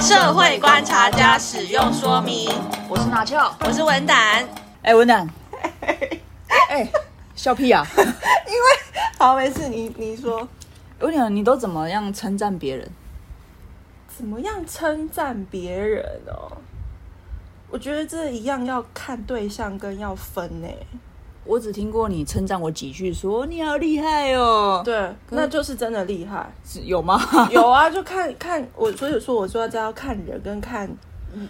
社会观察家使用说明。我是拿翘。我是文胆，哎、文 楠，哎、笑屁啊！因为好没事，你你说文楠，你都怎么样称赞别人？怎么样称赞别人哦？我觉得这一样要看对象跟要分欸呢、我只听过你称赞我几句说你好厉害哦，对，那就是真的厉害。是有吗？有啊， 就看看我，所以说我说这要看人跟看。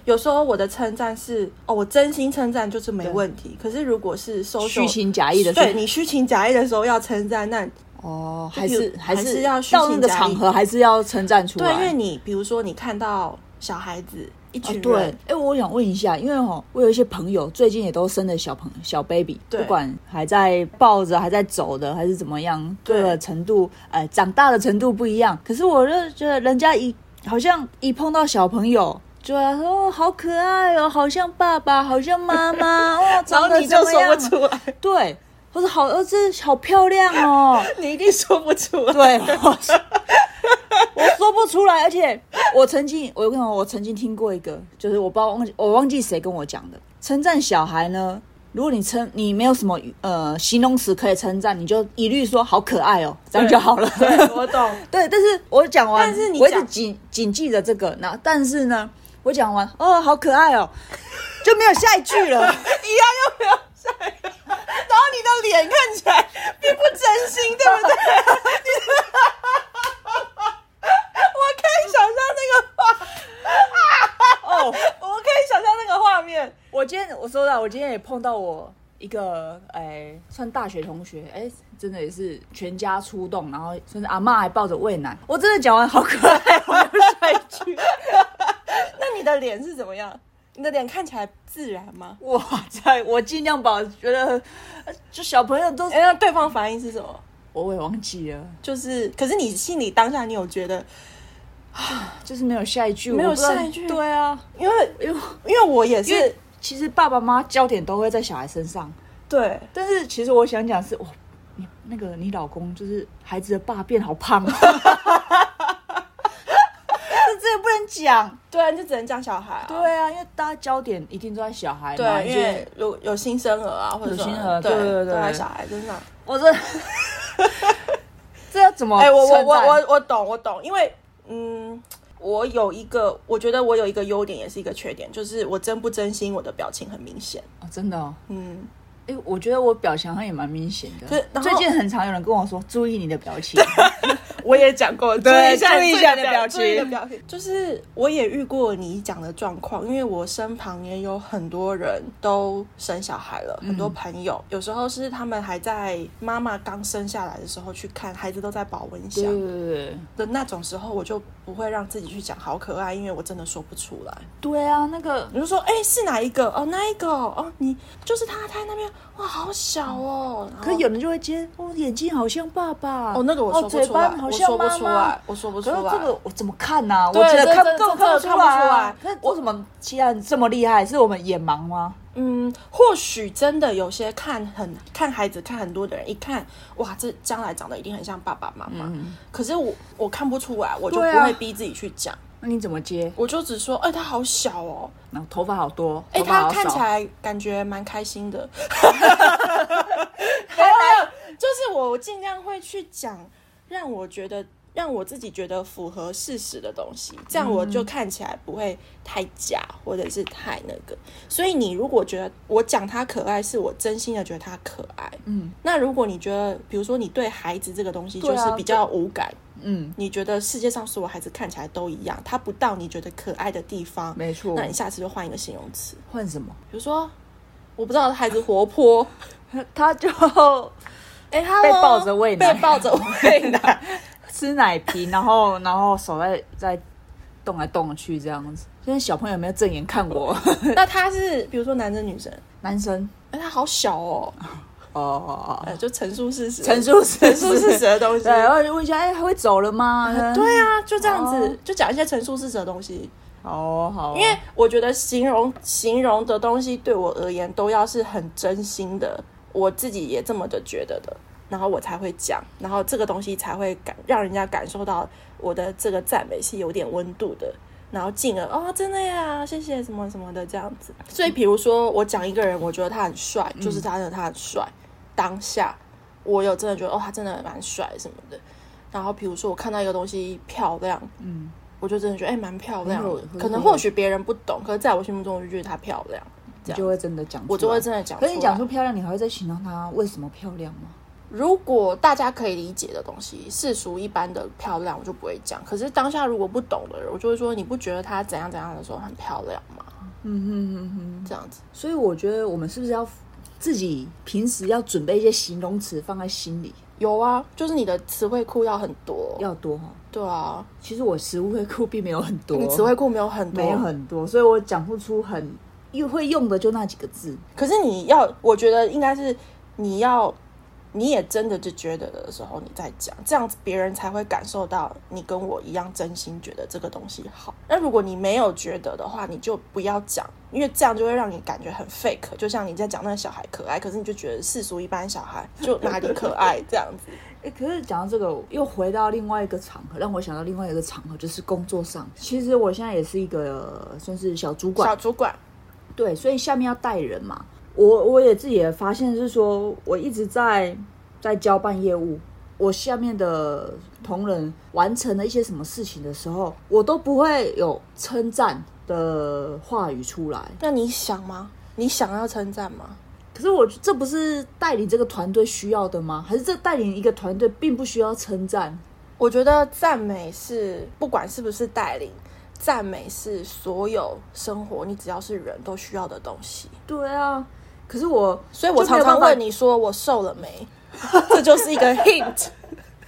有时候我的称赞是哦，我真心称赞就是没问题。可是如果是收虚情假意的说对你虚情假意的时候要称赞，那哦，还是就还是还是要虚情到那个假意场合，还是要称赞出来。对，因为你比如说你看到小孩子一群哦人，对，哎、我想问一下，因为哦，我有一些朋友最近也都生了小朋小 baby，对不管还在抱着、还在走的，还是怎么样，对这个程度，呃，长大的程度不一样。可是我就觉得人家一好像一碰到小朋友。就啊，哦，好可爱哦，好像爸爸，好像妈妈，哦， 然长后得你怎就么样说不出来，对，或者好儿子，好漂亮哦， 你一定说不出来。 对，我我说不出来，而且我曾经，我跟你讲，我曾经听过一个，就是我不知道忘记，我忘记谁跟我讲的，称赞小孩呢，如果你称你没有什么呃形容词可以称赞，你就一律说好可爱哦，这样就好了。对，我懂。 对，但是我讲完，但是你我一直讲谨谨记着这个，然后但是呢，我讲完哦，好可爱哦，就没有下一句了。一样又没有晒，然后你的脸看起来并不真心，对 不对？你我可以想象那个画，哦，我可以想象那个画面。我今天我说到，我今天也碰到我一个哎，算大学同学，哎，真的也是全家出动，然后甚至阿嬷还抱着喂奶。我真的讲完好可爱，我没有下一句。那你的脸是怎么样？你的脸看起来自然吗？哇塞，我尽量把觉得呃就小朋友都哎，那对方反应是什么？我也忘记了，就是，可是你心里当下你有觉得，就是没有下一句，没有我不知道下一句对啊，因为因为因为我也因为是，其实爸爸妈妈焦点都会在小孩身上，对，但是其实我想讲是，哇，你那个你老公就是孩子的爸变好胖、 哦，这这也不能讲。对啊，你就只能讲小孩啊。对啊，因为大家焦点一定都在小孩嘛。对，一因些为有有新生儿啊，或者有什么新儿对对对都对在小孩身上。我这 这要怎么哎、哦称赞？我我我我我懂，我懂，因为嗯，我有一个，我觉得我有一个优点，也是一个缺点，就是我真不真心，我的表情很明显。哦真的、哦，嗯，哎、我觉得我表情好像也蛮明显可是的。然后最近很常有人跟我说，注意你的表情。我也讲过，注对意一下注意一下你的表注意你的情表情。就是我也遇过你讲的状况，因为我身旁也有很多人都生小孩了，很嗯多朋友，有时候是他们还在妈妈刚生下来的时候去看，孩子都在保温箱对对对对的那种时候，我就不会让自己去讲好可爱，因为我真的说不出来。对啊，那个你就说，哎、是哪一个？哦，那一个哦，哦你就是他，他那边哇，好小哦。然后可有人就会接哦，眼睛好像爸爸哦，那个我哦说不嘴出来，巴好我像说妈不妈出来，我说不出可是来。这个我怎么看呢、啊？对我觉得这看这根这本看不这看不出啊来。可是我怎么其他人这么厉害？是我们眼盲吗？嗯，或许真的有些看很看孩子看很多的人，一看哇，这将来长得一定很像爸爸妈妈。可是我我看不出来，我就嗯对不啊会逼自己去讲，那你怎么接？我就只说，哎、他好小哦，然后头发好多，哎、头发他好看少起来感觉蛮开心 的。 没有没有，就是我尽量会去讲，让我觉得让我自己觉得符合事实的东西，这样我就看起来不会太假或者是太那个。所以你如果觉得我讲他可爱，是我真心的觉得他可爱。嗯那如果你觉得，比如说你对孩子这个东西对就啊是比较无感，嗯，你觉得世界上所有孩子看起来都一样，他不到你觉得可爱的地方，没错那你下次就换一个形容词。换什么？比如说，我不知道孩子活泼，他就 哎、他被抱着喂奶被抱着喂奶， 吃奶瓶，然后 然后手在在动来动去这样子。现在小朋友有没有正眼看我？ 那他是比如说男生女生，男生哎、他好小哦，哦哦，哦呃，就陈述事实，陈述事陈述事实啊的东西，对，然后就问一下，哎，还会走了 吗？对啊，就这样子，哦就讲一些陈述事实的东西，好哦，好哦，因为我觉得形容形容的东西对我而言都要是很真心的，我自己也这么的觉得的。然后我才会讲，然后这个东西才会感让人家感受到我的这个赞美是有点温度的，然后进而哦，真的呀，谢谢什么什么的这样嗯子。所以比如说我讲一个人，我觉得他很帅，就是他的他很帅，当下我有真的觉得哦，他真的蛮帅什么的。然后比如说我看到一个东西漂亮，嗯，我就真的觉得哎蛮漂亮很有的很，有可能或许别人不懂，可是在我心目中我就觉得她漂亮，你就会真的讲出来，我就会真的讲出啊可来。是你讲出漂亮，你还会再形容她为什么漂亮吗？如果大家可以理解的东西，世俗一般的漂亮，我就不会讲。可是当下如果不懂的人，我就会说你不觉得她怎样怎样的时候很漂亮吗？嗯哼哼哼。这样子，所以我觉得我们是不是要自己平时要准备一些形容词放在心里，有啊，就是你的词汇库要很多。要多哈。对啊，其实我食物会库并没有啊很多，你词汇库没有很多，没有很多，所以我讲不出很又会用的就那几个字。可是你要，我觉得应该是你要，你也真的就觉得的时候，你再讲，这样子别人才会感受到你跟我一样真心觉得这个东西好。那如果你没有觉得的话，你就不要讲，因为这样就会让你感觉很 fake。就像你在讲那个小孩可爱，可是你就觉得世俗一般小孩就哪里可爱这样子。哎，可是讲到这个，又回到另外一个场合，让我想到另外一个场合，就是工作上。其实我现在也是一个呃算是小主管小，主管，对，所以下面要带人嘛。我我也自己也发现是说，我一直在在交办业务，我下面的同仁完成了一些什么事情的时候，我都不会有称赞的话语出来。那你想吗？你想要称赞吗？可是我这不是带领这个团队需要的吗？还是这带领一个团队并不需要称赞？我觉得赞美是不管是不是带领，赞美是所有生活你只要是人都需要的东西。对啊，可是我，所以我常常问你说我瘦了没，这就是一个 hint，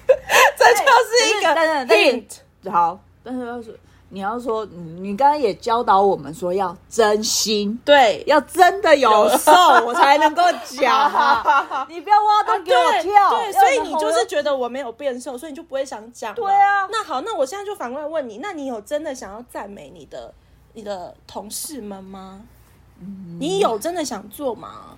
这哎就是一个但是但是 hint。好，但是要说你要说，你你刚才也教导我们说要真心，对，要真的有瘦，我才能够 讲啊！你不要挖洞给我啊对跳。对，所以你就是觉得我没有变瘦，所以你就不会想讲嘛。对啊那好，那我现在就反过来问你，那你有真的想要赞美你的你的同事们吗？你有真的想做吗？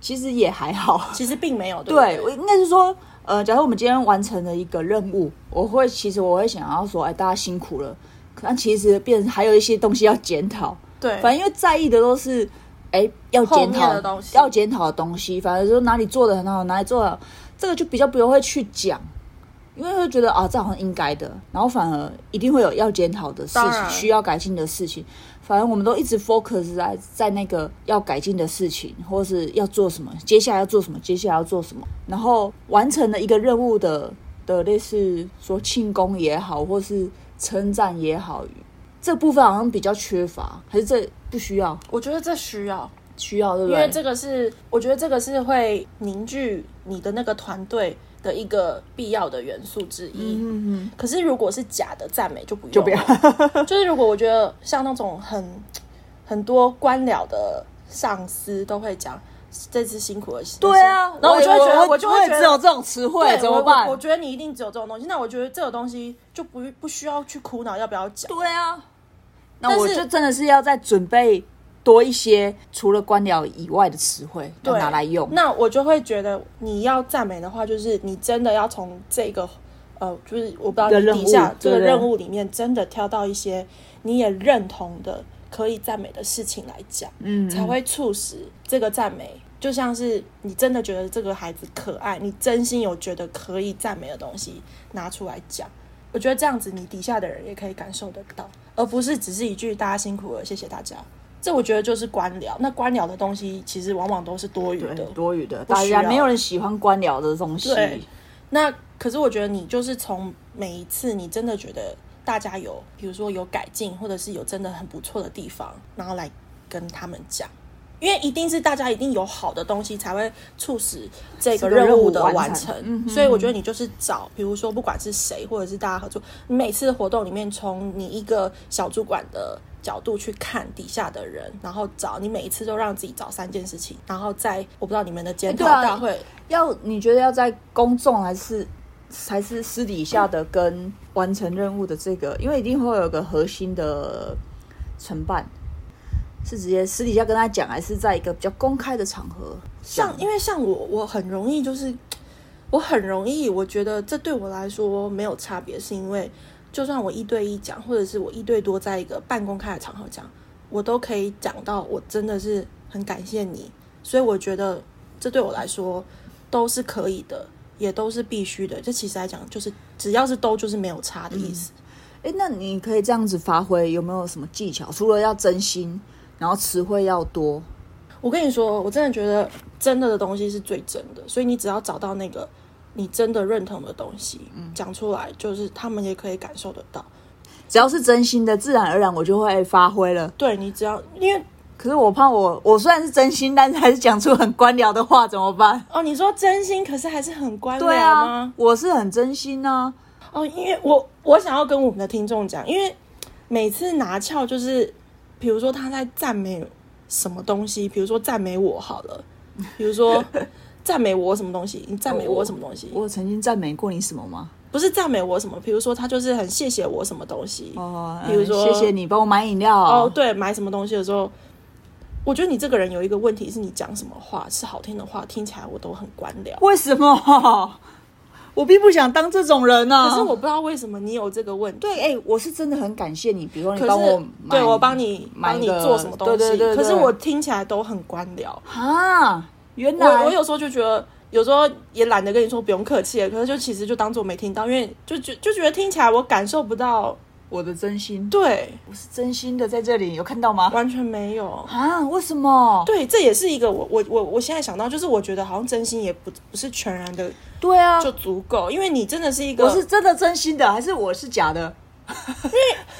其实也还好。其实并没有，对不对我应该是说，呃，假如我们今天完成了一个任务，我会其实我会想要说，哎，大家辛苦了。可但其实变还有一些东西要检讨，对，反正因为在意的都是，哎，要检后面讨的东西要检讨的东西，反正说哪里做的很好，哪里做的，这个就比较不会去讲。因为会觉得啊，这好像应该的，然后反而一定会有要检讨的事当情，然需要改进的事情。反而我们都一直 focus 在在那个要改进的事情，或是要做什么，接下来要做什么，接下来要做什么，然后完成了一个任务的的类似说庆功也好，或是称赞也好，这部分好像比较缺乏，还是这不需要？我觉得这需要，需要对不因对？为这个是我觉得这个是会凝聚你的那个团队的一个必要的元素之一。嗯嗯，可是如果是假的赞美就不用，就不要。 就是如果我觉得像那种很很多官僚的上司都会讲这次辛苦了，对啊，然后我就会觉得我就会也觉只有得。这种词汇对，怎我么我办我？觉得你一定只有这种东西，那我觉得这个东西就不不需要去苦恼要不要讲。对啊，那但我是就真的是要再准备多一些除了官僚以外的词汇，要对拿来用。那我就会觉得你要赞美的话，就是你真的要从这个呃，就是我不知道的你任务底下这对个不对任务里面，真的挑到一些你也认同的可以赞美的事情来讲，嗯才会促使这个赞美。就像是你真的觉得这个孩子可爱，你真心有觉得可以赞美的东西拿出来讲，我觉得这样子你底下的人也可以感受得到，而不是只是一句“大家辛苦了，谢谢大家”。这我觉得就是官僚，那官僚的东西其实往往都是多余的对，。多余的，不大需要家没有人喜欢官僚的东西。对那可是我觉得你就是从每一次你真的觉得大家有，比如说有改进，或者是有真的很不错的地方，然后来跟他们讲，因为一定是大家一定有好的东西才会促使这个这个任务任务的完完成成。嗯哼所以我觉得你就是找，比如说不管是谁，或者是大家合作，你每次活动里面从你一个小主管的。角度去看底下的人，然后找你每一次都让自己找三件事情，然后再我不知道你们的检讨对啊大会，要你觉得要在公众还是还是私底下的跟完成任务的这个，因为一定会有个核心的承办，是直接私底下跟他讲，还是在一个比较公开的场合讲？像因为像我，我很容易就是，我很容易，我觉得这对我来说没有差别，是因为就算我一对一讲，或者是我一对多在一个半公开的场合讲，我都可以讲到我真的是很感谢你，所以我觉得这对我来说都是可以的，也都是必须的。这其实来讲就是只要是都就是没有差的意思。哎，那你可以这样子发挥，有没有什么技巧？除了要真心，然后词汇要多，我跟你说，我真的觉得真的的东西是最真的，所以你只要找到那个你真的认同的东西，嗯讲出来，就是他们也可以感受得到。只要是真心的，自然而然我就会发挥了。对你只要因为可是我怕我，我虽然是真心，但是还是讲出很官僚的话，怎么办？哦，你说真心，可是还是很官僚对啊吗？，我是很真心啊。哦，因为我我想要跟我们的听众讲，因为每次拿翘就是，比如说他在赞美什么东西，比如说赞美我好了，比如说赞美我什么东西，你赞美我什么东西，我曾经赞美过你什么吗？不是赞美我什么，比如说他就是很谢谢我什么东西，哦，比如说谢谢你帮我买饮料。哦，，对，买什么东西的时候，我觉得你这个人有一个问题是你讲什么话是好听的话，听起来我都很官僚。为什么？我并不想当这种人啊。可是我不知道为什么你有这个问题。对，哎、我是真的很感谢你，比如说你可帮我是买，对我帮你买帮你个做什么东西，对对对对可是我听起来都很官僚。啊，原我来我有时候就觉得，有时候也懒得跟你说不用客气了，可是就其实就当做没听到，因为就觉就觉得听起来我感受不到，我的真心，对，我是真心的在这里，有看到吗？完全没有。啊，为什么？对，这也是一个我我我我现在想到，就是我觉得好像真心也不不是全然的对啊，就足够，因为你真的是一个，我是真的真心的，还是我是假的？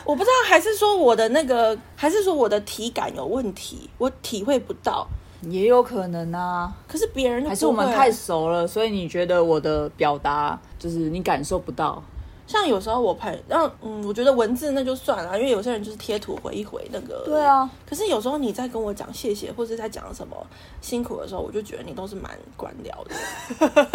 我不知道，还是说我的那个，还是说我的体感有问题，我体会不到。也有可能啊，可是别人就还是不我们会啊太熟了，所以你觉得我的表达就是你感受不到？像有时候我朋让嗯，我觉得文字那就算了，因为有些人就是贴图回一回那个。对啊。可是有时候你在跟我讲谢谢，或者在讲什么辛苦的时候，我就觉得你都是蛮官僚的。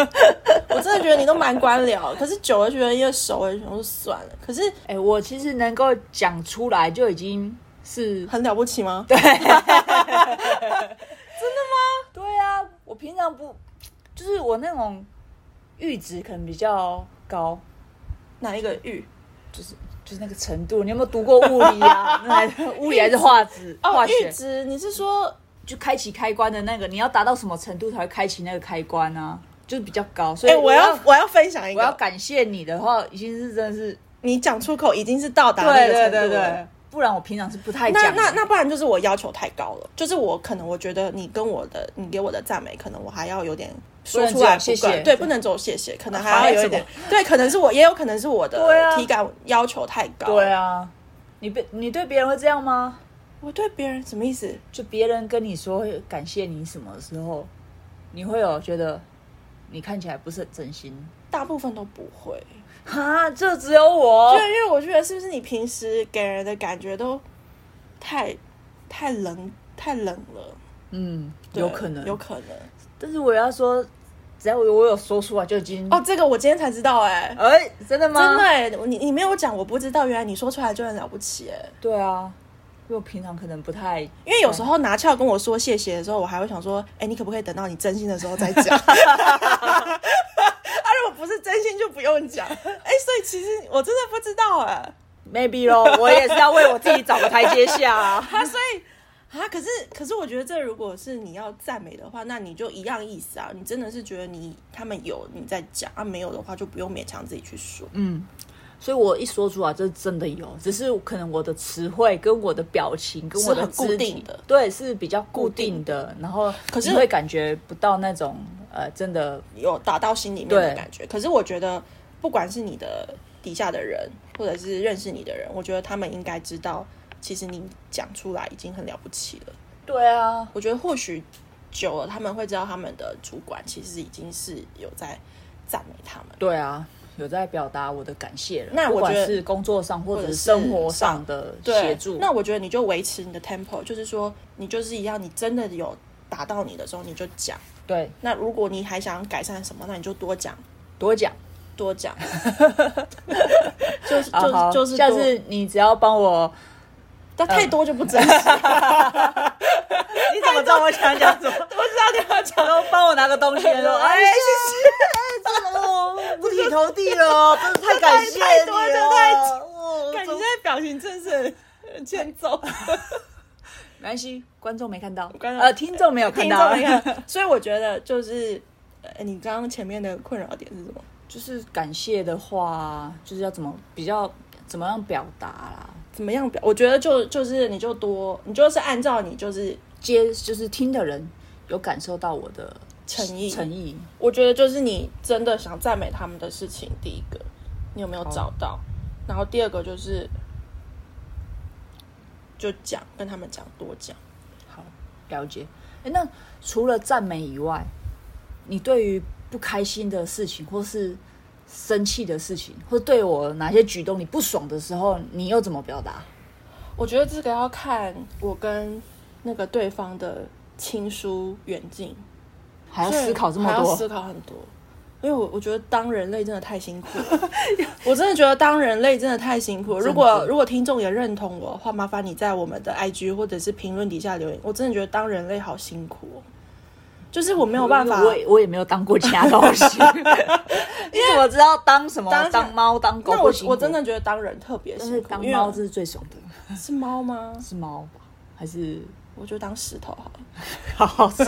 我真的觉得你都蛮官僚，可是久了觉得因为熟了，然后就算了。可是哎、我其实能够讲出来就已经是很了不起吗？对啊，我平常不就是我那种阈值可能比较高，哪一个玉？就是就是那个程度。你有没有读过物理 啊？那还物理还是化质哦，化玉学？质，你是说就开启开关的那个，你要达到什么程度才会开启那个开关呢、就是比较高，所哎、以我要要我要分享一我要个，感谢你的话，已经是真的是你讲出口已经是到达那对个程对度了。对对，不然我平常是不太那讲的。那那不然就是我要求太高了，就是我可能我觉得你跟我的你给我的赞美，可能我还要有点说出来不能只有够谢谢对，不能只有谢谢，可能还还要要有一点，对，可能是我也有可能是我对的啊体感要求太高，对，啊，你被你对别人会这样吗？我对别人什么意思？就别人跟你说感谢你什么的时候，你会有觉得你看起来不是很真心大部分都不会，哈，这只有就我因为我觉得是不是你平时给人的感觉都太太冷太冷了，嗯，对有可能有可能但是我要说，只要我我有说出来就已经哦，，这个我今天才知道哎、哎、真的吗？真的哎、你你没有讲，我不知道，原来你说出来就很了不起哎、对啊，因为我平常可能不太，因为有时候拿翘跟我说谢谢的时候，我还会想说，哎、你可不可以等到你真心的时候再 讲？ 啊，如果不是真心就不用讲。哎、所以其实我真的不知道哎、 maybe 咯， 我也是要为我自己找个台阶下、啊。啊，所以啊，可是可是我觉得这如果是你要赞美的话，那你就一样意思啊。你真的是觉得你他们有你在讲，啊没有的话就不用勉强自己去说。嗯，所以我一说出来，这真的有，只是可能我的词汇跟我的表情跟我是的很固肢体定的对，是比较固定的，然后可是你会感觉不到那种呃，真的有打到心里面的对感觉。可是我觉得，不管是你的底下的人，或者是认识你的人，我觉得他们应该知道，其实你讲出来已经很了不起了。对啊，我觉得或许久了，他们会知道他们的主管其实已经是有在赞美他们。对啊。有在表达我的感谢了，那我不管觉得是工作上或或者者是是生活上的协对助，，那我觉得你就维持你的 tempo，就是说你就是一样，你真的有达到你的时候你就讲。对那如果你还想改善什么，那你就多讲多讲，多 讲，就是啊好就就是下多次嗯你只要帮我，但太多就不 真实。你怎么知道我想讲我什么？知道你要讲，然后帮我拿个东西，说 哎，谢谢，哎真的我五体投地了，真的太感谢你太多了太了，表情真是很欠 揍。没关系，观众没看到，观众呃，听众没有看听到众，没看，所以我觉得就是，呃，你刚刚前面的困扰点是什么？ 就是感谢的话，就是要怎么比较怎么样表达啦，怎么样表？我觉得就就是你就多，你就是按照你就是，接就是听的人有感受到我的诚意诚意，我觉得就是你真的想赞美他们的事情，第一个你有没有找到？然后第二个就是，就讲跟他们讲多讲。好，了解。哎，那除了赞美以外，你对于不开心的事情，或是生气的事情，或对我哪些举动你不爽的时候，你又怎么表达？我觉得这个要看我跟那个对方的亲疏远近，还要所以思考这么还要思多，考很多。因为我我觉得当人类真的太辛苦了， 我真的觉得当人类真的太辛苦了。如真果的如果听众也认同我的话，麻烦你在我们的 IG 或者是评论底下留言。我真的觉得当人类好辛苦、哦，就是我没有办法，我也我也没有当过其他东 西，你怎么知道当什么当当猫当狗那不我辛苦？我真的觉得当人特别但是辛苦，当因为猫这是最爽的，是猫吗？是猫吧？还是我就当石头 好了，好好吃？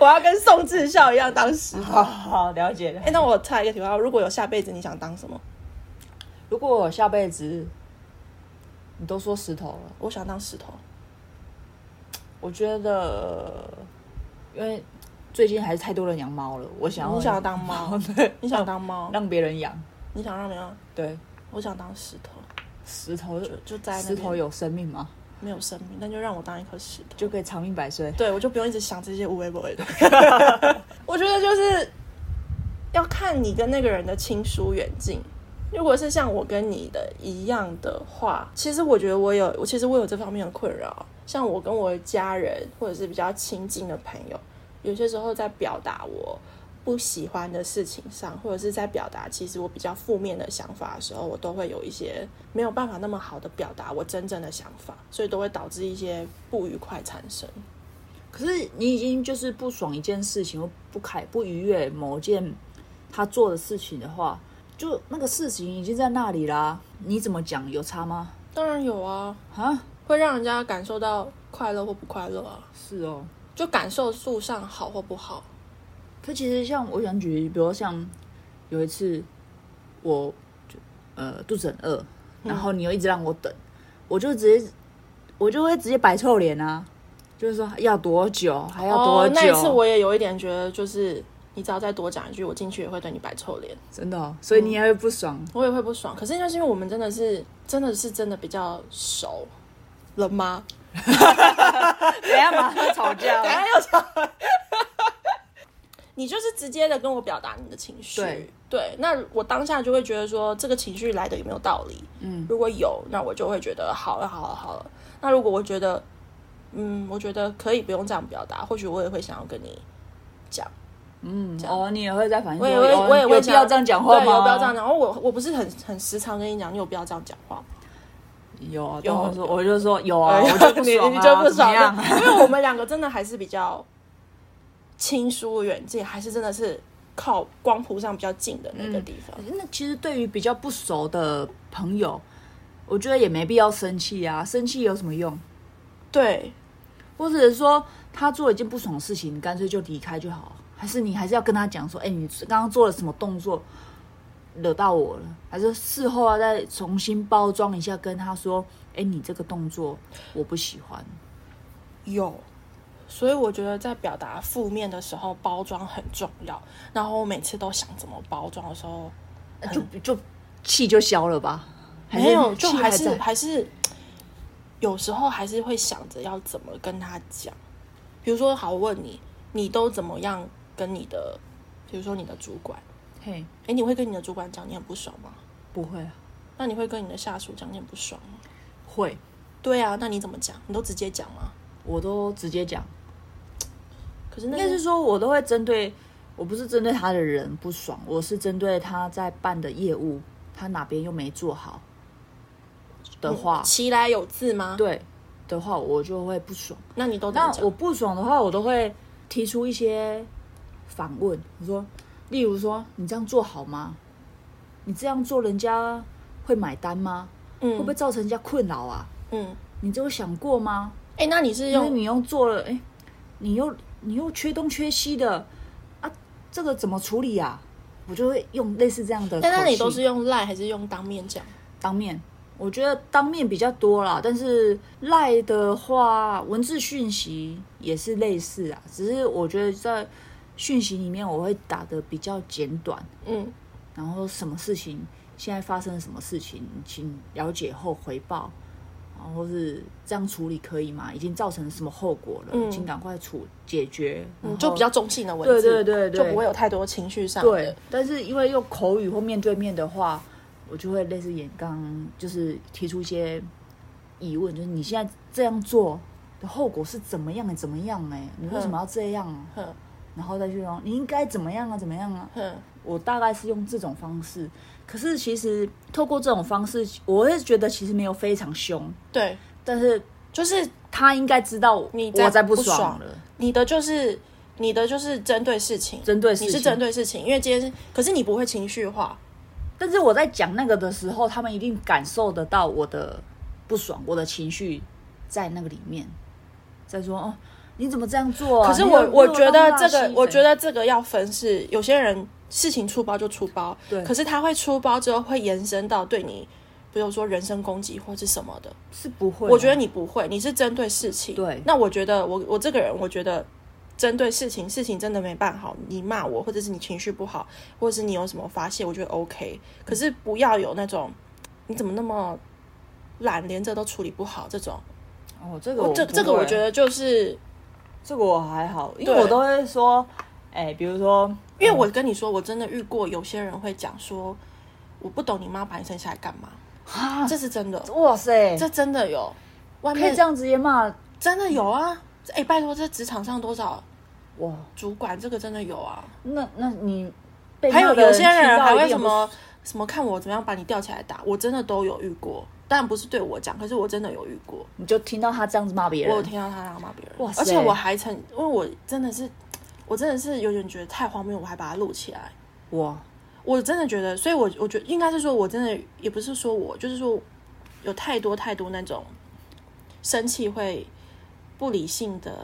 我要跟宋智孝一样当石头。好 好了解了哎、。那我插一个题外话，如果有下辈子，你想当什么？如果我下辈子你都说石头了。我想当石头。我觉得，呃因为最近还是太多人养猫了，我想要？你想要当猫对，你想当猫？让别人养，你想让别人？对，我想当石头，石头就就在那石边头有生命吗？没有生命，那就让我当一颗石头。就可以长命百岁。对我就不用一直想这些无为不为的。我觉得就是要看你跟那个人的亲疏远近。如果是像我跟你的一样的话，其实我觉得我有，我其实我有这方面的困扰。像我跟我的家人或者是比较亲近的朋友，有些时候在表达我不喜欢的事情上，或者是在表达其实我比较负面的想法的时候，我都会有一些没有办法那么好的表达我真正的想法，所以都会导致一些不愉快产生。可是你已经就是不爽一件事情，或不开不愉悦某件他做的事情的话，就那个事情已经在那里啦，你怎么讲有差吗？当然有啊，啊，会让人家感受到快乐或不快乐啊，是哦。就感受树上好或不好。可其实像我想举，比如像有一次我就呃肚子很饿，嗯然后你又一直让我等，我就直接我就会直接摆臭脸啊，就是说要多久，还要多哦久？，那一次我也有一点觉得，就是你只要再多讲一句，我进去也会对你摆臭脸，真的哦、所以你也会不爽。我也会不爽。可是那是因为我们真的是真的是真的比较熟了吗？嗯 等一下马上吵架哎呀，又讲。 你就是直接的跟我表达你的情绪，对对，那我当下就会觉得说这个情绪来的有没有道理？嗯，如果有，那我就会觉得好了，好了，好了。那如果我觉得，嗯，我觉得可以不用这样表达，或许我也会想要跟你讲，嗯这样 哦，你也会在反应我说，也会，哦我也会有必要这样讲话吗？对，有必要这样讲？哦，我我不是很很时常跟你讲，你有必要这样讲话吗？有啊，有有我说我就说有啊，哎我就不你爽、啊，你就不怎爽么样？ 因为我们两个真的还是比较亲疏远近，还是真的是靠光谱上比较近的嗯那个地方。那其实对于比较不熟的朋友，我觉得也没必要生气啊，生气有什么用？对，或者是说他做了一件不爽的事情，你干脆就离开就好，还是你还是要跟他讲说，哎、你刚刚做了什么动作惹到我了？还是事后要再重新包装一下，跟他说，哎、你这个动作我不喜欢。有。所以我觉得在表达负面的时候，包装很重要。然后我每次都想怎么包装的时候，就就气就消了吧？还嗯是没有，气就还在是还是有时候还是会想着要怎么跟他讲。比如说，好，我问你，你都怎么样跟你的，比如说你的主管，嘿，哎，你会跟你的主管讲你很不爽吗？不会啊，那你会跟你的下属讲你很不爽吗？会，对啊，那你怎么讲？你都直接讲吗？我都直接讲。可是那应该是说，我都会针对，我不是针对他的人不爽，我是针对他在办的业务，他哪边又没做好的话，其嗯来有自吗？，对的话，我就会不爽。那你都怎那么讲？我不爽的话，我都会提出一些反问，我说，例如说，你这样做好吗？你这样做，人家会买单吗？嗯会不会造成人家困扰啊？嗯，你这有想过吗？哎、那你是因为用你又做了，哎，你又你又缺东缺西的啊，这个怎么处理啊？我就会用类似这样的口气。但那你都是用赖还是用当面讲？当面，我觉得当面比较多啦，但是赖的话，文字讯息也是类似啊，只是我觉得在讯息里面我会打的比较简短，嗯然后什么事情现在发生了什么事情，请了解后回报，然后是这样处理可以吗？已经造成什么后果了？嗯请赶快处解决，嗯，然后就比较中性的文对字，对对对，就不会有太多情绪上的。对，但是因为用口语或面对面的话，我就会类似演刚，就是提出一些疑问，就是你现在这样做的后果是怎么样的？怎么样、欸？哎，你为什嗯么要这样、啊？哼然后再去用你应该怎么样啊？怎么样啊？哼，我大概是用这种方式，可是其实透过这种方式，我会觉得其实没有非常凶，对，但是就是他应该知道你在我在不爽爽了，你的就是你的就是针对事情，针对事你情是针对事情，因为今天是可是你不会情绪化，但是我在讲那个的时候，他们一定感受得到我的不爽，我的情绪在那个里面，在说哦，你怎么这样做、啊？可是你我又我觉得这又让大个西，我觉得这个要分是，有些人事情出包就出包，对可是他会出包之后会延伸到对你，比如说人身攻击或是什么的。是不会啊，我觉得你不会，你是针对事情。对那我觉得我我这个人，我觉得针对事情，事情真的没办好，你骂我，或者是你情绪不好，或者是你有什么发泄，我觉得 OK。可是不要有那种你怎么那么懒，连这都处理不好这种。哦，这个我我这不这个我会觉得就是。这个我还好，因为对我都会说，哎，比如说，因为我跟你说，我真的遇过有些人会讲说，我不懂你妈把你生下来干嘛，啊，这是真的，哇塞，这真的有，外可以面这样直接骂真的有啊，哎、拜托，这职场上多少哇？主管这个真的有啊，那那你被还有骂的有些听人到还一会定什不么什么看我怎么样把你吊起来打，我真的都有遇过，但不是对我讲，可是我真的有遇过，你就听到他这样子骂别我有人，听到他那样骂别人，哇塞而且我还曾，因为我真的是，我真的是有点觉得太荒谬，我还把它录起来。哇，我真的觉得，所以我我觉得应该是说，我真的也不是说我，就是说有太多太多那种生气会不理性的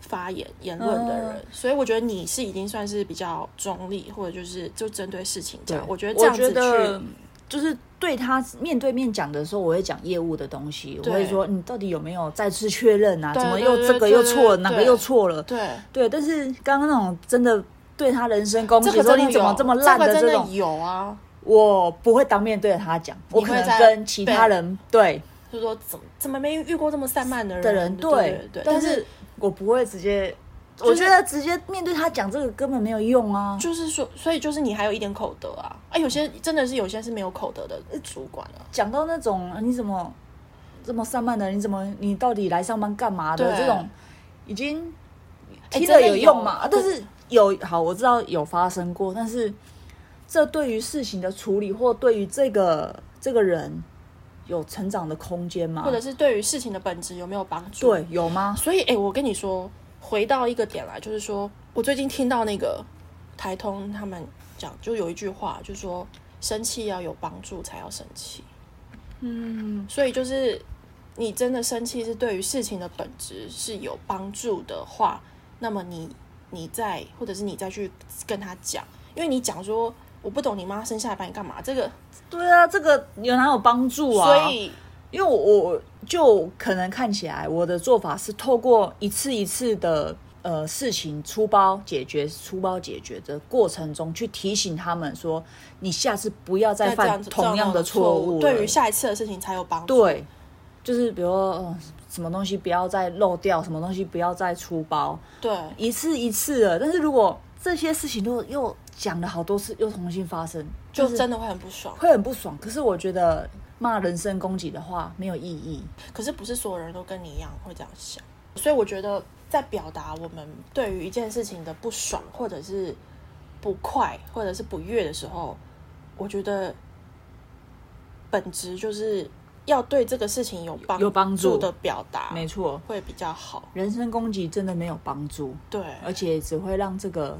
发言言论的嗯人，所以我觉得你是已经算是比较中立，或者就是就针对事情讲。我觉得这样子我觉得去，就是对他面对面讲的时候，我会讲业务的东西，我对会说你到底有没有再次确认啊？对怎么对又对这个对又对错了，对哪个对又错了？对对，但是刚刚那种真的对他人身攻这击，个说真的你怎么有啊这么烂这个真这的种，有啊，我不会当面对着他讲，我你可会能在跟其对他人对就是说怎么怎么没遇过这么散漫的人的人对对，对，但但是我不会直接，就我是觉得直接面对他讲这个根本没有用啊。就是说，所以就是你还有一点口德啊，啊，有些真的是有些是没有口德的主管啊。讲到那种呃你怎么这么散漫的，你怎么你到底来上班干嘛的对这种，已经哎听真了的有用嘛？有啊但是有好，我知道有发生过，但是这对于事情的处理或对于这个这个人有成长的空间吗？或者是对于事情的本质有没有帮助？，对有吗？所以诶，我跟你说，回到一个点来，就是说我最近听到那个台通他们讲，就有一句话，就说生气要有帮助才要生气，嗯，所以就是你真的生气是对于事情的本质是有帮助的话，那么你你再或者是你再去跟他讲，因为你讲说我不懂你妈生下来把你干嘛这个，对啊，这个有哪有帮助啊？所以因为我我就可能看起来我的做法是透过一次一次的呃事情出包解决、出包解决的过程中，去提醒他们说，你下次不要再再这犯样子同样的错错误了。对于下一次的事情才有帮助。对，就是比如说、呃什么东西不要再漏掉，什么东西不要再出包，对。一次一次的。但是如果这些事情都又讲了好多次，又重新发生，就是真的会很不爽。会很不爽。可是我觉得骂人身攻击的话没有意义。可是不是所有人都跟你一样会这样想，所以我觉得在表达我们对于一件事情的不爽，或者是不快，或者是不悦的时候，我觉得本质就是要对这个事情有帮有帮助的表达，没错，会比较好。人身攻击真的没有帮助，对，而且只会让这个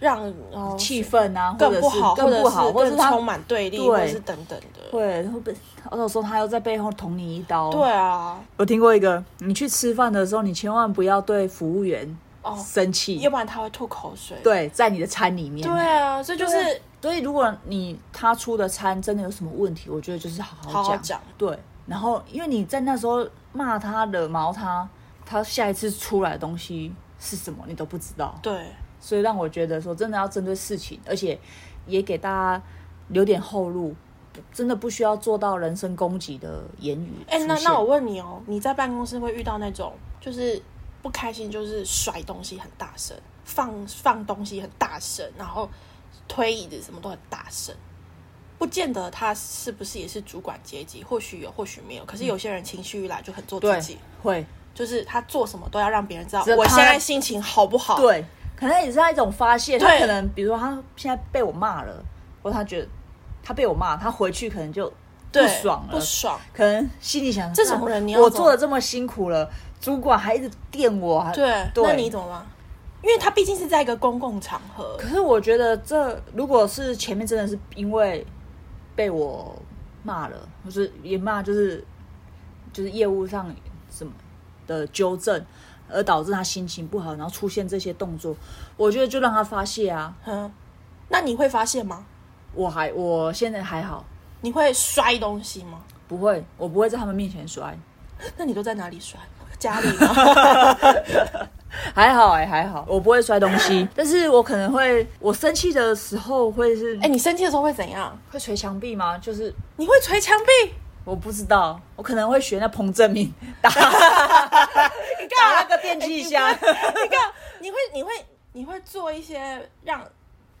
让哦气氛啊，或更者不是好，更不好，或或者者是是他更充满对立，对或者是等等的。对，会哦被，或者说他又在背后捅你一刀。对，啊，我听过一个，你去吃饭的时候，你千万不要对服务员哦生气，要不然他会吐口水。对，在你的餐里面。对啊，所以就对，是所以如果你他出的餐真的有什么问题，我觉得就是好好好讲。好讲对，然后因为你在那时候骂他、惹毛他，他下一次出来的东西是什么你都不知道，对所以让我觉得说真的要针对事情，而且也给大家留点后路，不真的不需要做到人身攻击的言语出哎、现。那那我问你哦，你在办公室会遇到那种就是不开心，就是甩东西很大声，放放东西很大声，然后推椅子什么都很大声。不见得他是不是也是主管阶级，或许有，或许没有。可是有些人情绪一来就很做自嗯对己，会就是他做什么都要让别人知道只要我他现在心情好不好。对，可能也是他一种发泄。他哦对可能比如说他现在被我骂了，或他觉得他被我骂，他回去可能就不对爽不了，爽。可能心里想啊这种人你要我怎么做的这么辛苦了，主管还一直电我，还对，对那你怎么办？因为他毕竟是在一个公共场合可，是我觉得这如果是前面真的是因为被我骂了，或是也骂就是就是业务上什么的纠正，而导致他心情不好，然后出现这些动作，我觉得就让他发泄啊。嗯，那你会发现吗？我还我现在还好，你会摔东西吗？不会，我不会在他们面前摔，那你都在哪里摔？家里吗？还好哎、还好，我不会摔东西，但是我可能会，我生气的时候会是，哎、 哎、你生气的时候会怎样？会捶墙壁吗？就是你会捶墙壁？我不知道，我可能会学那彭正明 打打那个电击箱。你看，你会，你会，你会做一些让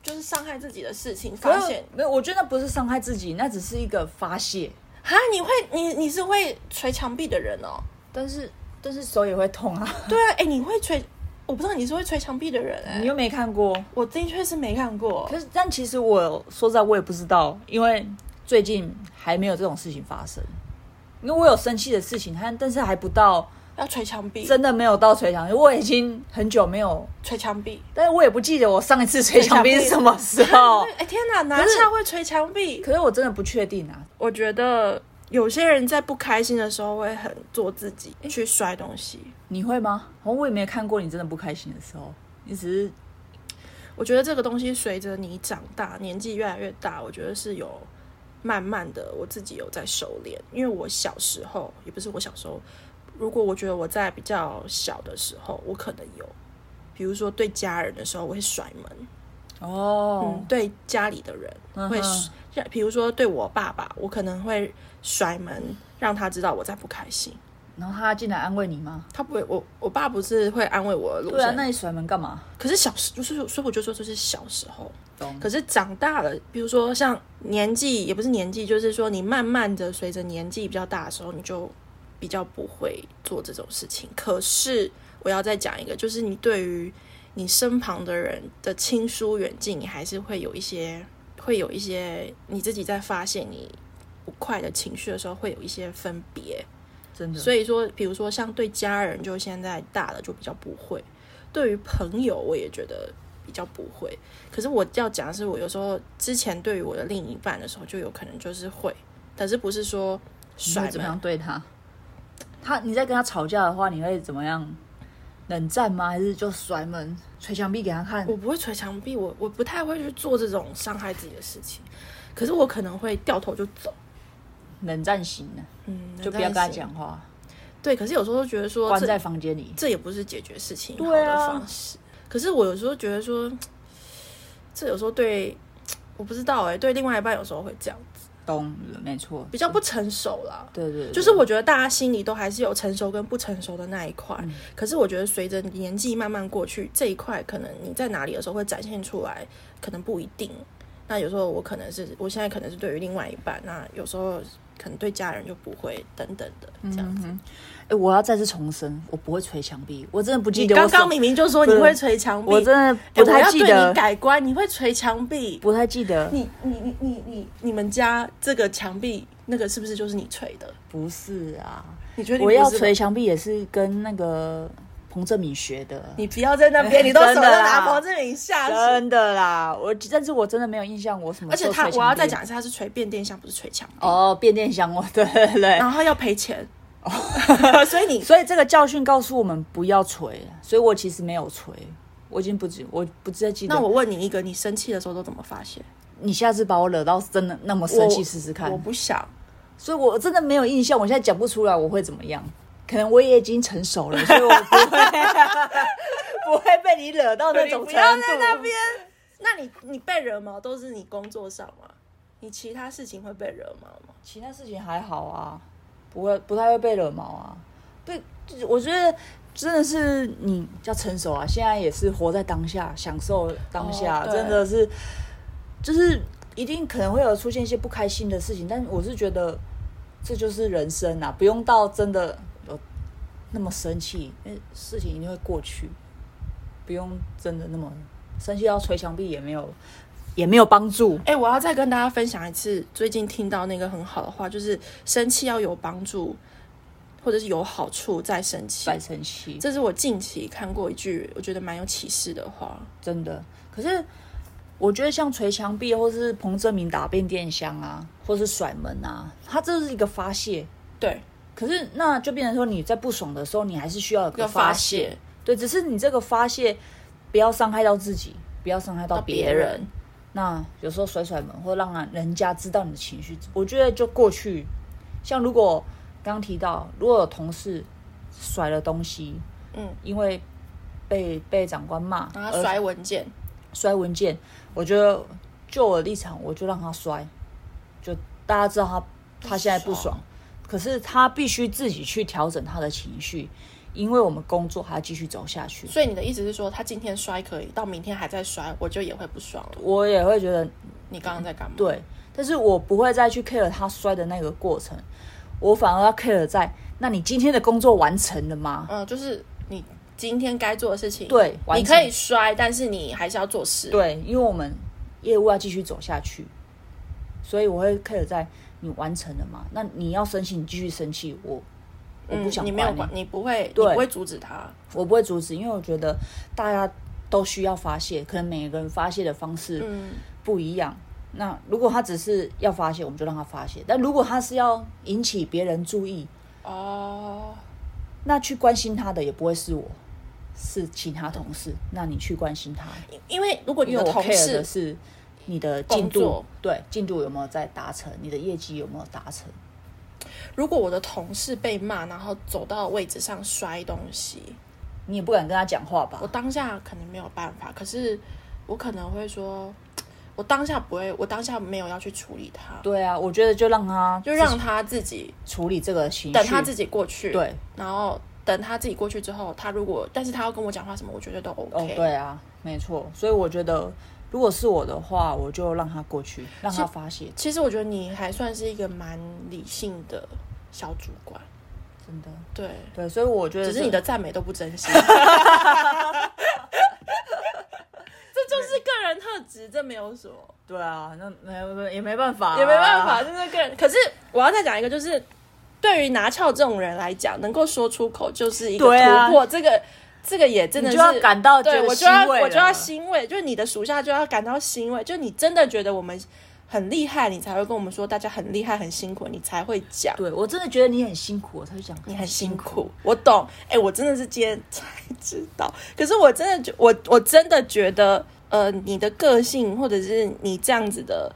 就是伤害自己的事情，可发是现没有，我觉得那不是伤害自己，那只是一个发泄。啊，你会，你你是会捶墙壁的人哦。但是但是手也会痛啊，对啊，哎、你会捶，我不知道你是会捶墙壁的人哎、你又没看过。我的确是没看过可。是但其实我说实在我也不知道，因为最近还没有这种事情发生。因为我有生气的事情，但但是还不到要捶墙壁，真的没有到捶墙，因为我已经很久没有，捶墙壁。但是我也不记得我上一次捶墙壁是什么时候 哎、。天哪，拿是下会捶墙壁。可是我真的不确定啊，我觉得有些人在不开心的时候会很做自己，去摔东西。你会吗？好像我也没看过你真的不开心的时候，你只是我觉得这个东西随着你长大，年纪越来越大，我觉得是有慢慢的，我自己有在收敛。因为我小时候，也不是我小时候，如果我觉得我在比较小的时候，我可能有，比如说对家人的时候，我会甩门。哦嗯，，对家里的人嗯哼会甩，像比如说对我爸爸，我可能会甩门，让他知道我在不开心。然后他进来安慰你吗？他不会，我我爸不是会安慰我的路对啊，线。那你甩门干嘛？可是小时，就是所以我就说这是小时候。懂可是长大了，比如说像年纪，也不是年纪，就是说你慢慢的随着年纪比较大的时候，你就比较不会做这种事情。可是我要再讲一个，就是你对于你身旁的人的亲疏远近，你还是会有一些，会有一些你自己在发现你不快的情绪的时候，会有一些分别。真的，所以说，比如说像对家人，就现在大了就比较不会；对于朋友，我也觉得比较不会。可是我要讲的是，我有时候之前对于我的另一半的时候，就有可能就是会，但是不是说你会甩怎么门样？对他？他你在跟他吵架的话，你会怎么样？冷战吗？还是就甩门、捶墙壁给他看我？不会捶墙壁，我我不太会去做这种伤害自己的事情。可是我可能会掉头就走，冷战型的，嗯，就不要跟他。讲话，对，可是有时候觉得说关这在房间里。这也不是解决事情好对的啊方式。可是我有时候觉得说，这有时候对，我不知道哎、对另外一半有时候会这样，懂，没错，比较不成熟啦。对对，对就是我觉得大家心里都还是有成熟跟不成熟的那一块，嗯可是我觉得随着年纪慢慢过去，这一块可能你在哪里的时候会展现出来，可能不一定。那有时候我可能是，我现在可能是对于另外一半，那有时候可能对家人就不会，等等的嗯这样子。哎，我要再次重申，我不会捶墙壁，我真的不记你得我刚什刚么。明明就说你对会捶墙壁，我真的欸不我太要记对得你，改观，你会捶墙壁。不太记得，你你你你你你们家这个墙壁那个是不是就是你捶的？不是啊，你觉得你我要不是吗捶？墙壁也是跟那个彭正敏学的，你不要在那 边，你都真手的都啦拿彭志明下去。真的啦。我但是我真的没有印象，我什么而且时候他，捶墙我要壁再讲一下，他是捶变电箱，不是捶墙壁。哦，变电箱，我对对 对。哦然后要赔钱， 所以你 所以这个教训告诉我们不要锤，所以我其实没有锤，我已经不记，我不再记得。那我问你一个，你生气的时候都怎么发泄？你下次把我惹到真的那么生气试试看我，不想，所以我真的没有印象，我现在讲不出来我会怎么样。可能我也已经成熟了，所以我不会 不会被你惹到那种程你度。不要在那边。那你你被惹毛都是你工作上吗？你其他事情会被惹毛吗？其他事情还好啊，不会不太会被惹毛啊。对，我觉得真的是你要成熟啊，现在也是活在当下，享受当下，哦对真的是就是一定可能会有出现一些不开心的事情，但我是觉得这就是人生啊，不用到真的有那么生气，因为事情一定会过去，不用真的那么生气到捶墙壁也没有也没有帮助。哎、我要再跟大家分享一次，最近听到那个很好的话，就是生气要有帮助，或者是有好处再生气白。生气，这是我近期看过一句我觉得蛮有启示的话。真的。可是我觉得像捶墙壁，或是彭正明打变电箱啊，或是甩门啊，它这是一个发泄。对，可是那就变成说，你在不爽的时候，你还是需要有要个发发泄泄。对，只是你这个发泄不要伤害到自己，不要伤害到到别别人。人那有时候甩甩门，或让人家知道你的情绪，我觉得就过去。像如果刚刚提到，如果有同事甩了东西，嗯，因为被被长官骂，然后而摔文件，摔文件，我觉得就我的立场，我就让他摔，就大家知道他他现在不爽，可是他必须自己去调整他的情绪，因为我们工作还要继续走下去。所以你的意思是说，他今天摔可以，到明天还在摔，我就也会不爽了。我也会觉得你刚刚在干嘛？对，但是我不会再去 care 他摔的那个过程，我反而要 care 在那你今天的工作完成了吗？嗯，就是你今天该做的事情，对完你成可以摔，但是你还是要做事。，对，因为我们业务要继续走下去，所以我会 care 在你完成了嘛？那你要生气，你继续生气，我我嗯不，想你没有管管，你不会，你对不会阻止他。我不会阻止，因为我觉得大家都需要发泄，可能每个人发泄的方式嗯，不一样。那如果他只是要发泄，我们就让他发泄；但如果他是要引起别人注意，哦，那去关心他的也不会是我，是其他同事。那你去关心他，因因为如果你因的为我同 care 事，的是你的工进度作，对进度有没有在达成，你的业绩有没有达成。如果我的同事被骂，然后走到位置上摔东西，你也不敢跟他讲话吧我？当下肯定没有办法，可是我可能会说，我当下不会，我当下没有要去处理他，对啊，我觉得就让他就让他自己处理这个情绪，等他自己己过去，，对然后等他自己过去之后，他如果但是他要跟我讲话什么，我觉得都 OK，、哦，对啊，没错。所以我觉得，如果是我的话，我就让他过去，让他发泄。其实我觉得你还算是一个蛮理性的小主管，真的，对，对，所以我觉得只是这你的赞美都不珍 惜。这就是个人特质，这没有什么，对啊，那没也没办法啊、也没办法，就是个人。可是我要再讲一个，就是对于拿翘这种人来讲，能够说出口就是一个对啊突破。这个这个也真的你是就要感到觉对得我就要欣慰我就要了欣慰，就是你的属下就要感到欣慰，就你真的觉得我们很厉害，你才会跟我们说大家很厉害很辛苦，你才会讲。对我真的觉得你很辛苦，我才会讲你很辛苦，我懂。哎、我真的是今天才知道，可是我真的觉，我我真的觉得，呃，你的个性或者是你这样子的，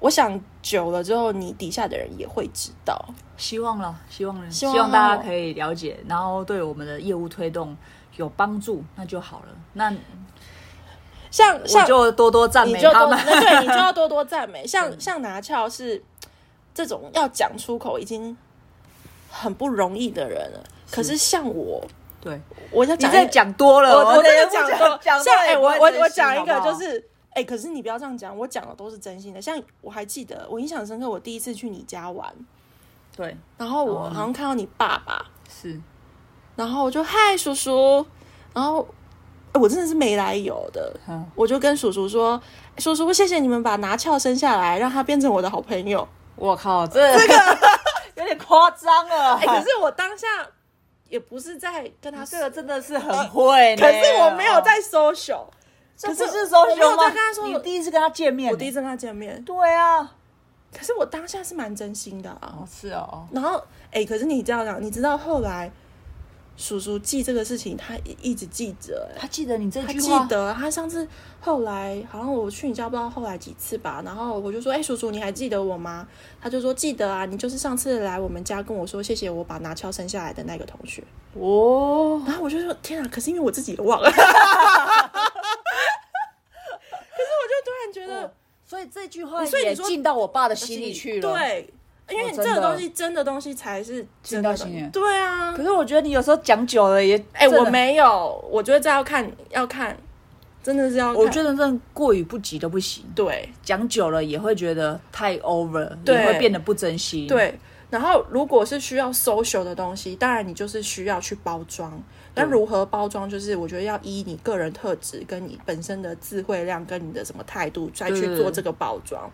我想久了之后，你底下的人也会知道。希望了，希望了，希希望望大家可以了解，然后对我们的业务推动有帮助，那就好了。那像我像就多多赞你美就他多们。嗯那对你就要多多赞美。像像拿翘是这种要讲出口已经很不容易的人了，可是像我， 对，我要你讲一这讲多了，我哦我这真个的讲多， 像哎、我我我讲一个就，多也不会珍惜好不好是，哎、可是你不要这样讲，我讲的都是真心的。像我还记得，我印象深刻，我第一次去你家玩，对，然后我哦好像看到你爸爸，是然后我就嗨叔叔，然后、哎我真的是没来由的，嗯我就跟叔叔说，叔叔谢谢你们把拿翘生下来，让他变成我的好朋友。 我靠，这这个有点夸张了。啊哎哎、可是我当下也不是在跟他 这个真的是很会呢、可是我没有在 social，可可是是我没 social 有吗在跟他说，你第一次跟他见面，我第一次跟他见面，对啊，可是我当下是蛮真心的啊。哦是哦，然后，哎、可是你这样讲，你知道后来叔叔记这个事情，他一一直记着、哎，他记得你这他句记话，得他上次后来好像我去你家不知道后来几次吧，然后我就说，哎、叔叔你还记得我吗？他就说记得啊，你就是上次来我们家跟我说谢谢我把拿锹生下来的那个同学。哦， 然后我就说天啊，可是因为我自己也忘了。可是我就突然觉 得。所以这句话所以你也说进到我爸的心里去了。，对，因为你哦这真的个东西真的东西才是真的进到东西心里对啊可，是我觉得你有时候讲久了也，哎、真的我，没有，我觉得这要看，要看，真的是要看。我觉得真的过于不及都不行，对讲久了也会觉得太 over，对也会变得不珍惜。，对。然后，如果是需要 social 的东西，当然你就是需要去包装。那如何包装，就是我觉得要依你个人特质、跟你本身的智慧量、跟你的什么态度，再对去对做对这个包装，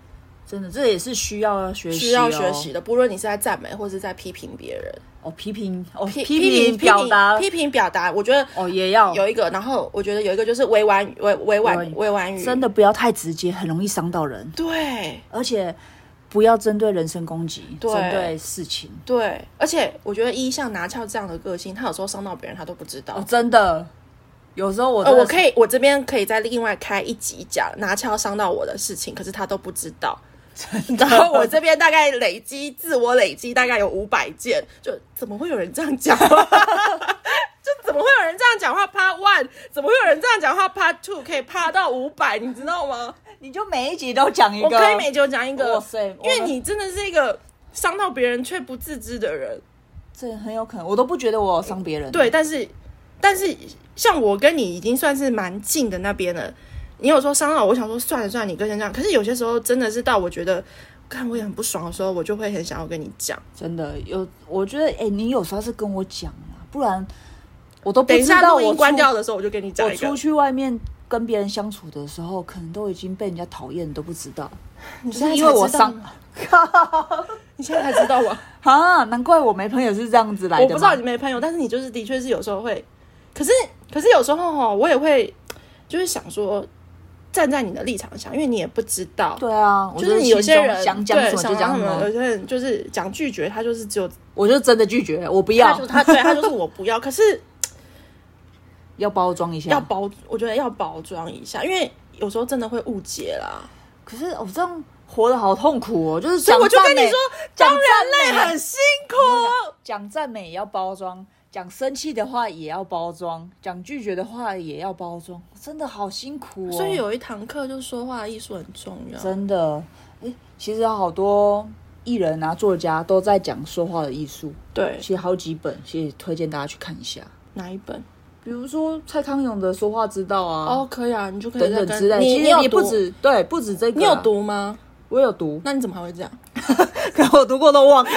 真的这也是需要学习、需要哦，学习的。不论你是在赞美，或是在批评别人，哦，批评哦，批批批评评表达批评表达，我觉得哦也要有一个，然后我觉得有一个就是委婉语委委婉委委婉语，真的不要太直接，很容易伤到人，对而且不要针对人身攻击，对针对事情对，而且我觉得一像拿翘这样的个性，他有时候伤到别人他都不知道。哦，真的。有时候哦我呃，我以可以，我这边可以再另外开一集讲拿翘伤到我的事情，可是他都不知道。 然后 我这边大概累积自我累积大概有五百件，就怎么会有人这样讲话？ 就怎么会有人这样讲话？Part one，怎么会有人这样讲话？Part two 可以趴到五百，你知道吗？你就每一集都讲一个，我可以每周讲一个，哇塞因为我们你真的是一个伤到别人却不自知的人。这很有可能，我都不觉得我伤别人。对，但是但是像我跟你已经算是蛮近的那边了。你有时候伤到我，我想说算了算了，你跟人家讲。可是有些时候真的是到我觉得，看我也很不爽的时候，我就会很想要跟你讲。真的有，我觉得哎、你有时候是跟我讲啦，不然我都不等一知下道录我音出关掉的时候，我就跟你讲我一个出。去外面跟别人相处的时候，可能都已经被人家讨厌，都不知道，你就现在是因为才我知道伤吗， 你现在才知道吗？啊，哎难怪我没朋友是这样子来 的。我不知道你，没朋友，但是你就是的确是有时候会，可是可是有时候哈，我也会就是想说，站在你的立场想，因为你也不知道，对啊，我就是你有些心中人想讲对什么就想什讲什么，有呃么，些人就是讲拒绝，他就是只有我就真的拒绝，我不他要就，他对他就是我不要，可是要包装一下。 要包，我觉得要包装一下，因为有时候真的会误解啦，可是哦我这样活得好痛苦哦，就是所以讲我就跟赞你美说，讲当赞美人类很辛苦，讲赞美也要包装，讲生气的话也要包装，讲拒绝的话也要包装，真的好辛苦哦。所以有一堂课就说话艺术很重要，真的，哎、其实有好多艺人啊、作家都在讲说话的艺术，对其实好几本，其实推荐大家去看一下。哪一本？比如说蔡康永的《说话之道》啊，哦，可以啊，你就可以等再等之跟类。你其你实也有不读，止对，不止这个、啊你有？读吗？我 有读，那你怎么还会这样？可能我读过都忘了。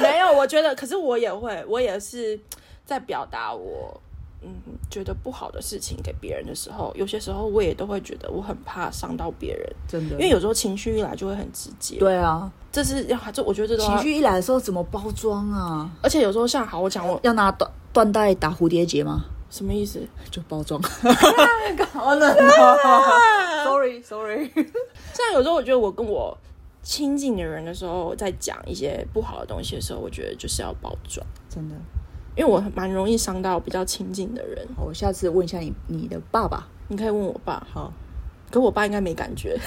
没有，我觉得，可是我也会，我也是在表达我嗯觉得不好的事情给别人的时候，有些时候我也都会觉得我很怕伤到别人，真的，因为有时候情绪一来就会很直接。，对啊，这是要这我觉得这都要情，绪一来的时候怎么包装啊？而且有时候像好，我讲我要拿缎缎带打蝴蝶结吗？什么意思？就 包装。啊好冷哦！Sorry Sorry，像有时候我觉得我跟我亲近的人的时候，在讲一些不好的东西的时候，我觉得就是要包装，真的。因为我蛮容易伤到比较亲近的人。好，我下次问一下你你的爸爸。你可以问我爸，好，可我爸应该没感觉，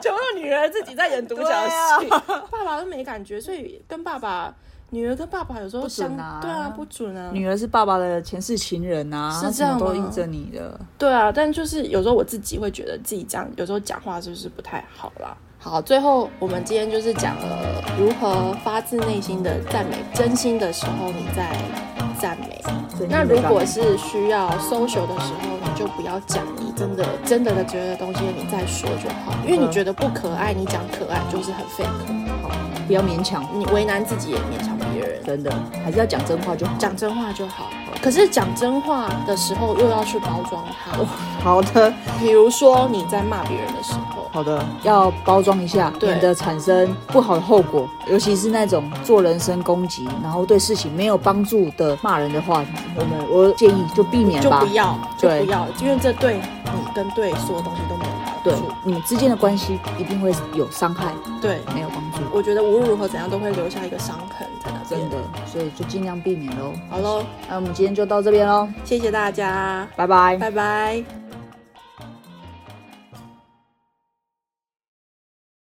求到女儿自己在演独角戏，啊爸爸都没感觉，所以跟爸爸、女儿跟爸爸有时候不准相啊对啊，不准啊，女儿是爸爸的前世情人啊，是这样吗什么都依着你的。对啊，但就是有时候我自己会觉得自己这样，有时候讲话就是不太好啦。好，最后我们今天就是讲了如何发自内心的赞美，真心的时候你在赞美。真心那如的赞果美是需要 social 的时候，你就不要讲你真的真的的觉得东西，你再说就好。因为你觉得不可爱，你讲可爱就是很 fake，不要勉强，你为难自己也勉强别人。真的还是要讲真话就好。讲真话就好，可是讲真话的时候又要去包装它。好的，比如说你在骂别人的时候，好的要包装一下，对免得产生不好的后果，尤其是那种做人身攻击，然后对事情没有帮助的骂人的话，我们我建议就避免就吧不。要，就对不要，因为这对你跟对所有东西都没有帮对助。你们之间的关系一定会有伤害，对，没有帮助，我觉得无论如何怎样都会留下一个伤痕在那真边。的，所以就尽量避免喽。好喽，那我们今天就到这边喽，谢谢大家，拜拜。拜拜。